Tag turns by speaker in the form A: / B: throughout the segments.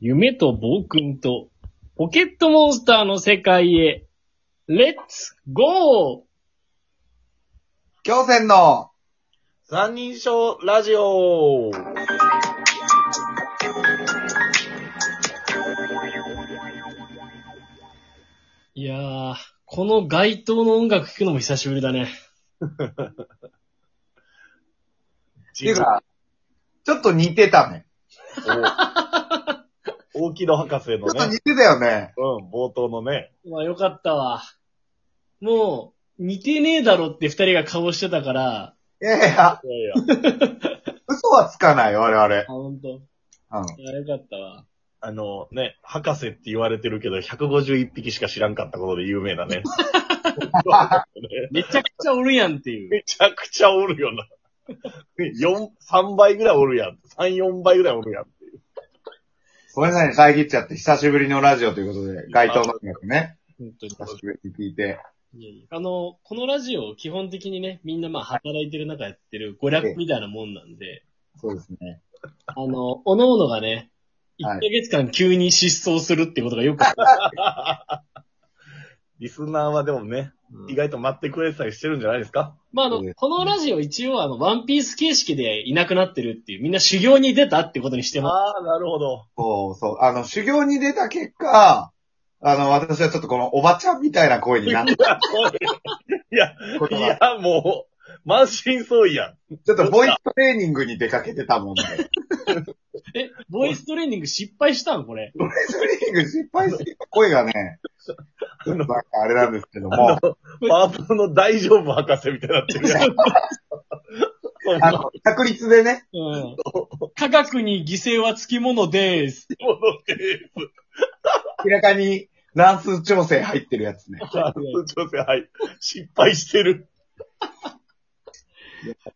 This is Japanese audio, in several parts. A: 夢と暴君と、ポケットモンスターの世界へ、レッツゴー
B: 京戦の、
C: 三人称ラジオ
A: いやー、この街頭の音楽聴くのも久しぶりだね。
B: って いうか、ちょっと似てたね。
C: お大木戸博士
B: ちょ
C: の
B: っと
C: ね、
B: 似てたよね。
C: うん、冒頭のね、
A: まあよかったわ。もう、似てねえだろって二人が顔してたから、
B: いやいや、
C: いやいや、
B: 嘘はつかない、我
A: あ、ほんと。
B: 々。
A: いや、よかったわ。
C: あのね、博士って言われてるけど、151匹しか知らんかったことで有名だ ね。
A: めちゃくちゃおるやんっていう。
C: めちゃくちゃおるよな。4、3倍ぐらいおるやん。3、4倍ぐらいおるやん。
B: ごめんなさいね、遮っちゃって、久しぶりのラジオということで、街頭の音楽ね。
A: 本当に。
B: 久しぶりに聞いて。
A: いやいやあの、このラジオ、基本的にね、みんなまあ働いてる中やってる娯楽みたいなもんなんで、
B: そうですね。
A: あの、おのおのがね、1
B: は
A: ヶ
B: い
A: 月間急に失踪するってことがよくある。
C: リスナーはでもね、意外と待ってくれてたりしてるんじゃないですか
A: まあ、あの、このラジオ一応あの、ワンピース形式でいなくなってるっていう、みんな修行に出たってことにしてま
C: ああ、なるほど。
B: そうそう。あの、修行に出た結果、あの、私はちょっとこのおばちゃんみたいな声になったこと
C: い
B: が、
C: や、もう、満身創痍や ん。
B: ちょっとボイストレーニングに出かけてたもんで。
A: す。え、ボイストレーニング失敗したんこ れ。
B: ボイストレーニング失敗すぎた声がね、ちょっとなんかあれなんですけども、
C: パープルの大丈夫博士みたいになってるやん。そう
B: あの、確率でね、
A: うん。科学に犠牲はつきものです。
C: 戻って、
B: 明らかに乱数調整入ってるやつね。
C: 女性、はい。失敗してる。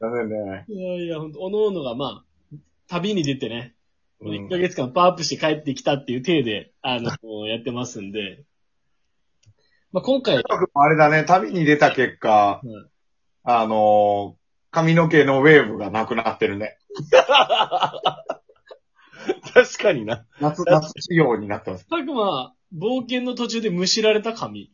B: ダメね。
A: いやいや、ほんと、おのおのがまあ、旅に出てね、この
B: うん
A: 1ヶ月間パワーアップして帰ってきたっていう体で、あの、やってますんで。まあ、今回、
B: あれだね、旅に出た結果、
A: うん
B: あのー髪の毛のウェーブがなくなってるね。
C: 確かにな。
B: 夏、夏仕様になってます。
A: たくま、冒険の途中でむしられた髪。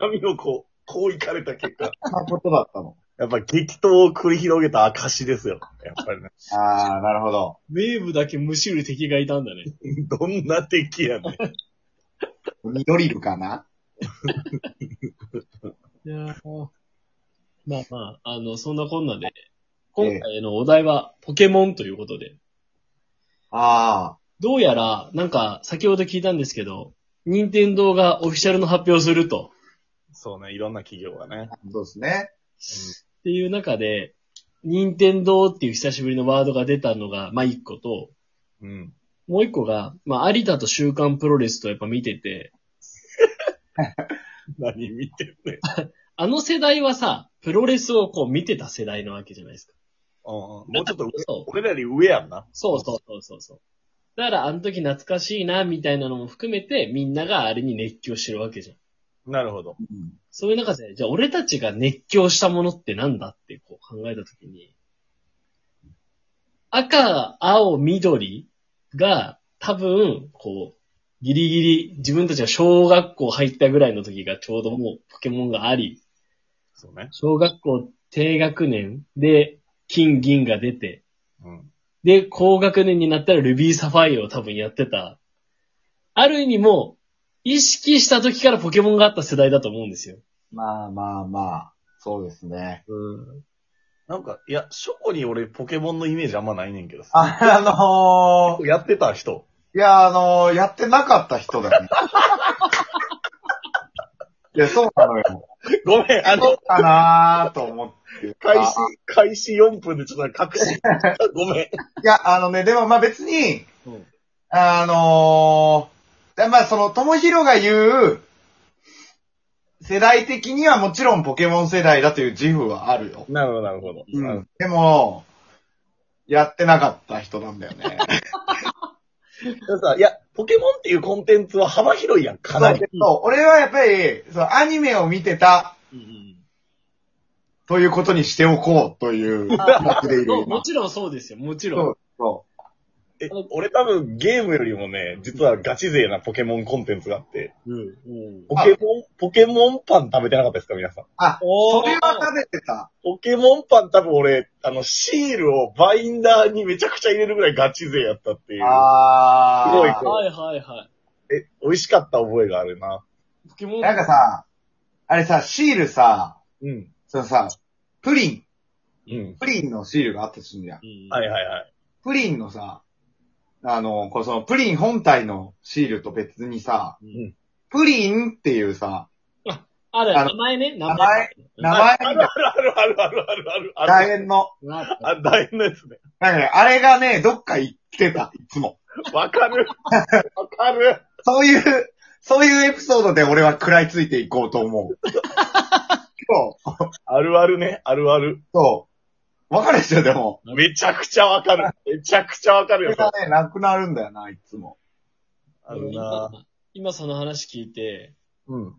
C: 髪のこう、こういかれた結果。
B: そんなことだったの。
C: やっぱ激闘を繰り広げた証ですよ。やっぱ りね。
B: ああ、なるほど。
A: ウェーブだけむしる敵がいたんだね。
C: どんな敵やねん。
B: ミドリルかない
A: やーまあまあ、あの、そんなこんなで、今回のお題はポケモンということで、
B: ああ、
A: どうやら、なんか、先ほど聞いたんですけど、任天堂がオフィシャルの発表をすると。
C: そうね、いろんな企業がね。
B: そうですね。
A: っていう中で、任天堂っていう久しぶりのワードが出たのが、まあ一個と、
C: うん。
A: もう一個が、まあ有田と週刊プロレスとやっぱ見てて、
C: 何見てるねん。
A: あの世代はさ、プロレスをこう見てた世代なわけじゃないですか。
C: うんうんもうちょっと上
A: そう
C: 俺らより上やんな。
A: そうそうそうそうそう。だからあの時懐かしいな、みたいなのも含めて、みんながあれに熱狂してるわけじゃん。
C: なるほど。
B: うん
A: そういう中で、じゃあ俺たちが熱狂したものってなんだってこう考えたときに、赤、青、緑が多分、こう、ギリギリ自分たちが小学校入ったぐらいの時がちょうどもうポケモンがあり、
C: そうね。
A: 小学校低学年で金銀が出て、
C: うん。
A: で、高学年になったらルビーサファイアを多分やってた。ある意味もう、意識した時からポケモンがあった世代だと思うんですよ。
B: まあまあまあ、そうです ね。
A: うん。
C: なんか、いや、初歩に俺ポケモンのイメージあんまないねんけどさ。
B: あ、あのー、
C: やってた人。
B: いや、あのー、やってなかった人 だよね。いや、そうなのよ。
C: ごめん、あ
B: そ
C: の
B: う、かなーと思って。
C: 開
B: あ
C: 始、開始4分でちょっと隠 し、ごめん。
B: いや、あのね、でもまあ別に、
A: うん
B: あのー、だまあその、ともひろが言う、世代的にはもちろんポケモン世代だという自負はあるよ。
C: なるほど、なるほど。
B: うん。でも、やってなかった人なんだよね。
C: でさ、いや、ポケモンっていうコンテンツは幅広いやん、かなり。
B: そう、俺はやっぱり、そのアニメを見てた
A: うん
B: ということにしておこうという気持ちでいる
A: そう
B: 今
A: も。ちろんそうですよ、もちろん。
B: そう、そ
C: え、俺多分ゲームよりもね、実はガチ勢なポケモンコンテンツがあって、
A: うん。うん。
C: ポケモン、ポケモンパン食べてなかったですか皆さん。
B: あ、
A: おー
B: それは食べてた。
C: ポケモンパン多分俺、あの、シールをバインダーにめちゃくちゃ入れるぐらいガチ勢やったっていう。
B: あー。
C: すご
A: は
C: い
A: いはいは
C: え、美味しかった覚えがあるな。
A: い。ポケモン。
B: なんかさ、あれさ、シールさ、
C: うん。
B: そのさ、プリン、
C: うん。
B: プリンのシールがあったとするじゃん。
A: うん、
C: はいはいはい。
B: プリンのさ、あの、こうそのプリン本体のシールと別にさ、
C: ん
B: プリンっていうさ、
A: ある、
B: あの
A: 名前ね、名
B: 名
A: 前。
B: 前、名前
C: あるあるあるあるあるあるあるある。
B: 楕円の、
A: な
C: あ、大変ですね。
B: なんかね、あれがね、どっか行ってた、いつも。
C: わかる。わかる。
B: そういう、そういうエピソードで俺は食らいついていこうと思う。そう、
C: あるあるね。あるある。
B: そう。わかるでしょ、でも。
C: めちゃくちゃわか る。めちゃくちゃわか
B: そ
C: る
B: れ
C: よ。
B: がね、なくなるんだよな、いつも。
C: ある
A: 今
C: な
A: 今その話聞いて、
C: うん。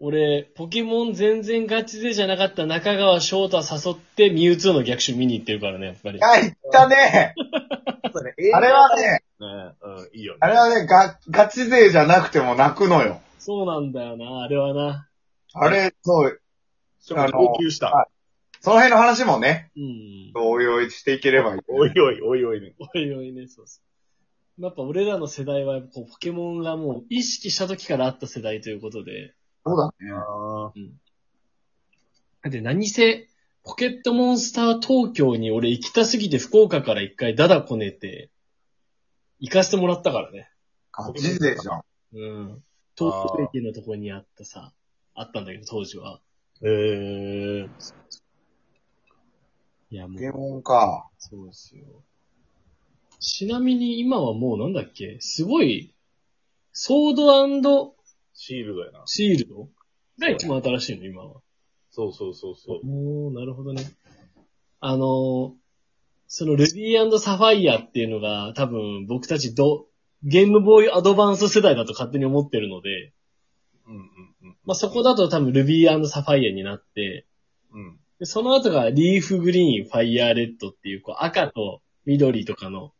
A: 俺、ポケモン全然ガチ勢じゃなかった中川翔太誘ってミュウツーの逆襲見に行ってるからね、やっぱり。
B: あ、行ったね。あれはね、
C: ね、うん、いいよね。
B: あれはね、ガ、ガチ勢じゃなくても泣くのよ。
A: そうなんだよな、あれはな。
B: あれ、そう、
C: ちょっと号泣した。
B: その辺の話もね、
A: うん。
B: おいおいしていければいい。
C: おいおい、おいおいね。
A: おいおいね、そうそう。やっぱ俺らの世代はこうポケモンがもう意識した時からあった世代ということで、
B: そうだね。
C: あ
A: だって何せ、ポケットモンスター東京に俺行きたすぎて福岡から一回ダダこねて、行かせてもらったからね。
B: ガチ勢じゃん。
A: うん。東京駅のとこにあったさ、あったんだけど当時は。
C: ーへえ。
A: いやも
B: ポ
A: う
B: ケ、モンか。
A: そうですよ。ちなみに今はもうなんだっけすごい、ソード
C: シールドやな。
A: シールドが一番新しいの今は。
C: そうそうそうそう。
A: おー、なるほどね。あのーその Ruby サファイアっていうのが多分僕たちど、ゲームボーイアドバンス世代だと勝手に思ってるので、
C: うんうんうん。
A: まあ、そこだと多分 Ruby サファイアになって、
C: うん。
A: でその後がリーフグリーン、ファイヤーレッドっていう、こう赤と緑とかの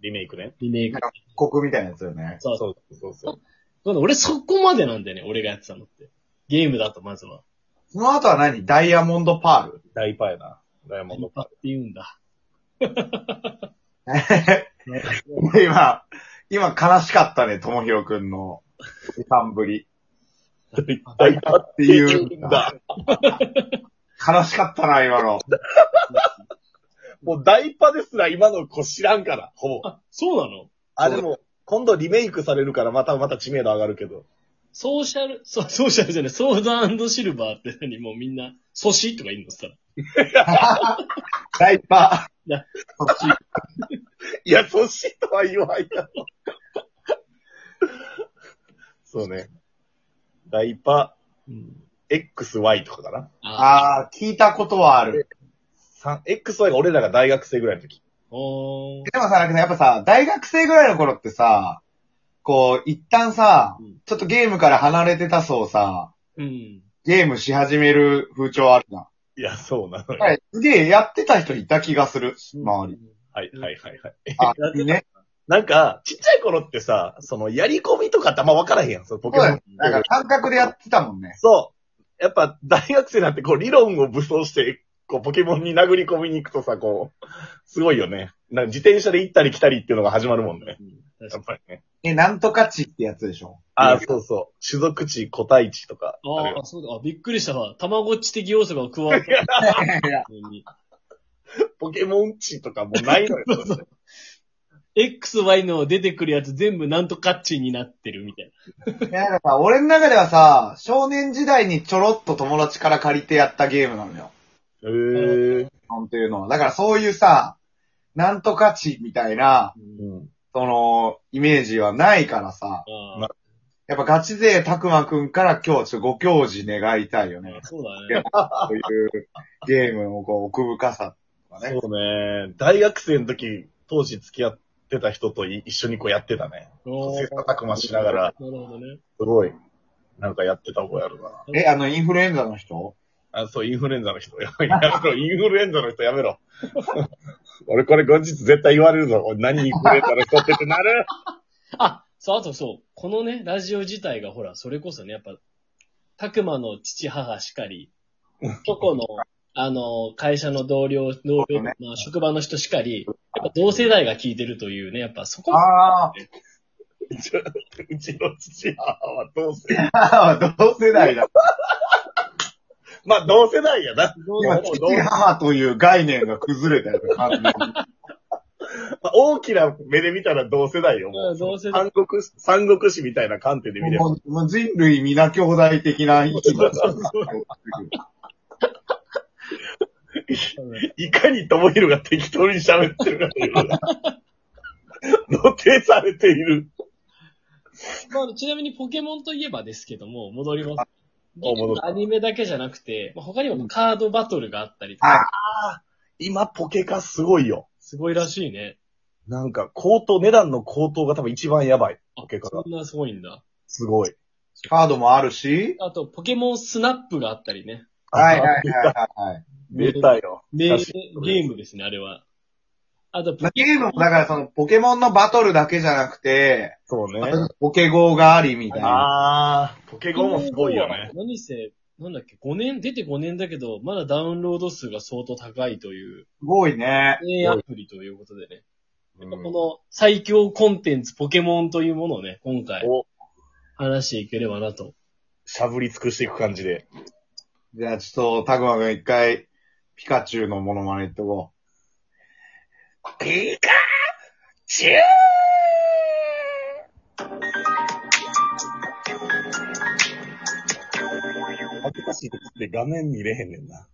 C: リメイクね。
A: リメイク
B: なん。か、国みたいなやつよね。
A: そうそう。
C: そうそうそう。
A: 今度俺そこまでなんだよね、俺がやってたのって。ゲームだとまずは。
B: その後は何ダイヤモンドパール。
C: ダイパーやな。ダイヤ
A: パ
C: モンド
A: パ
C: パー
A: って言うんだ。
B: 今、今悲しかったね、ともひろくんの、おじさんぶり。
C: ル。ダイパーっ
B: っていう
C: て言うんだ。
B: 悲しかったな、今の。
C: もうダイパーですら今の子知らんから、ほぼ。
A: あ、そうなの
C: あ、でも、今度リメイクされるからまたまた知名度上がるけど。
A: ソーシャル、 そソーシャルじゃない、ソードシルバーって何もうみんな、ソシとか言うのさ。
B: ダイパ
A: いや
B: ー。こっち
C: いや、そしとは言わんやろ。そうね。ダイパ
A: うん。
C: ー、XY とかかな。
A: ああ。
B: あー、聞いたことはある。
C: さん XY が俺らが大学生ぐらいの時。
A: おー。
B: でもさ、なんかさやっぱさ、大学生ぐらいの頃ってさ、こう、一旦さ
A: うん、
B: ちょっとゲームから離れてたそうさ、
A: うん。
B: ゲームし始める風潮あるな。
C: いや、そうなのよ。
B: は。い。すげえやってた人いた気がする、周り。
C: はい、はい、はいはい。
B: あ、いいね。
C: なんか、ちっちゃい頃ってさ、その、やり込みとかってあんま分からへんやん、そのポケ
B: そう
C: モ
B: だ
C: ン
B: よ。なんか感覚でやってたもんね。
C: そう。やっぱ、大学生になって、こう、理論を武装して、こう、ポケモンに殴り込みに行くとさ、こう、すごいよね。なんか自転車で行ったり来たりっていうのが始まるもんね。
A: うん
C: や
A: 確
C: っ
A: か
C: ぱりね。
B: え、なんとかちってやつでしょ。
C: ああ、そうそう。種族値、個体値とか。
A: に
C: ある
A: あ
C: よ
A: あ、そうだ。あ、びっくりしたわ。たまごっち的要素が加わった。
B: いや、
A: 普通に
C: ポケモン値とかもうないのよ。
A: XY の出てくるやつ全部なんとかっちになってるみたい
B: なんかさ、俺の中ではさ、少年時代にちょろっと友達から借りてやったゲームなのよ。
C: へー
B: なんていうのは。だからそういうさ、なんとかちみたい
A: な。
B: な、
C: うん。
B: その、イメージはないからさ、
A: あ
C: な
A: ー
B: やっぱガチ勢たくまくんから今日ちょっとご教示願いたいよね。
A: そう
B: い
A: だ
B: や
A: ね。
B: こういうゲームのこう奥深さとかね。
C: そうね。大学生の時、当時付き合ってた人とい一緒にこうやってたね。
A: おー
C: 切磋琢磨しながら、
A: なるほどね。
C: すごい、なんかやってた覚えあるな。
B: え、あの、インフルエンザの人
C: あ、そう、インフルエンザの人。やめろ、インフルエンザの人やめろ。 俺これ後日絶対言われるぞ。おい何くれたら太ってってなる。
A: あ、そう、あとそう、このね、ラジオ自体がほら、それこそね、やっぱ、たくまの父母しかり、チョコの、あの、会社の同僚、同僚、まあ、職場の人しかり、やっぱ同世代が聞いてるというね、やっぱそこ、
B: あ
C: ちょうちの父母はどうせ。
B: あ、 同世代だ。
C: まあ同世代やな。
A: どう
B: 今、
A: ぞ
B: 父母という概念が崩れたよね、完全に
C: まあ大きな目で見たら同世代よ。も
A: う
C: うん
A: 同世代
C: 三国、三国志みたいな観点で見れば。
B: もうもう人類皆兄弟的な位置になってく
C: いかに友広が適当に喋ってるかという のが露呈されている。
A: まあ、ちなみにポケモンといえばですけども、戻ります。
C: お戻る
A: アニメだけじゃなくて、まあ他にもカードバトルがあったりと
B: あ
A: か、
C: 今ポケカすごいよ。
A: すごいらしいね。
C: なんか高騰、値段の高騰が多分一番やばい。
A: あ
C: ポケカが
A: そんなすごいんだ。
C: すごい。
B: るカードもあるし、
A: あと、ポケモンスナップがあったりね。
B: はいはいはいはい。
C: 出たよ。
A: メール
C: 確かに
A: ゲームですね、あれは。あと、
B: まあゲームもだからそのポケモンのバトルだけじゃなくて、
C: そうね。
B: ポケゴーがありみたいな。
C: あー、ポケゴンもすごいよね。
A: 何せ、なんだっけ、5年、出て5年だけど、まだダウンロード数が相当高いという、
B: すごいね。
A: A アプリということでね。
C: う
A: こ
C: ん
A: の最強コンテンツポケモンというものをね、今回
C: お、
A: 話していければなと。
C: しゃぶり尽くしていく感じで。
B: じゃあちょっと、タグマ君一回、ピカチュウのモノマネ言っとこ
C: ピカチュウ恥ずかしいで画面見れへんねんな。